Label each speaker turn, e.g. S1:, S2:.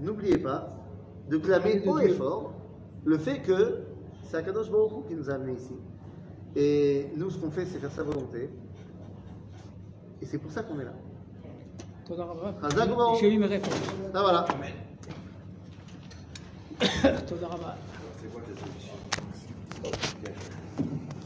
S1: n'oubliez pas de clamer haut et fort le fait que c'est Akadosh Baruch Hu qui nous a amenés ici. Et nous, ce qu'on fait, c'est faire sa volonté. Et c'est pour ça qu'on est là.
S2: תודה רבה.
S1: חזק וברוך.
S2: שיהיו עם הרפורט.
S1: Ah voilà.
S2: תודה רבה.
S3: C'est quoi tes solutions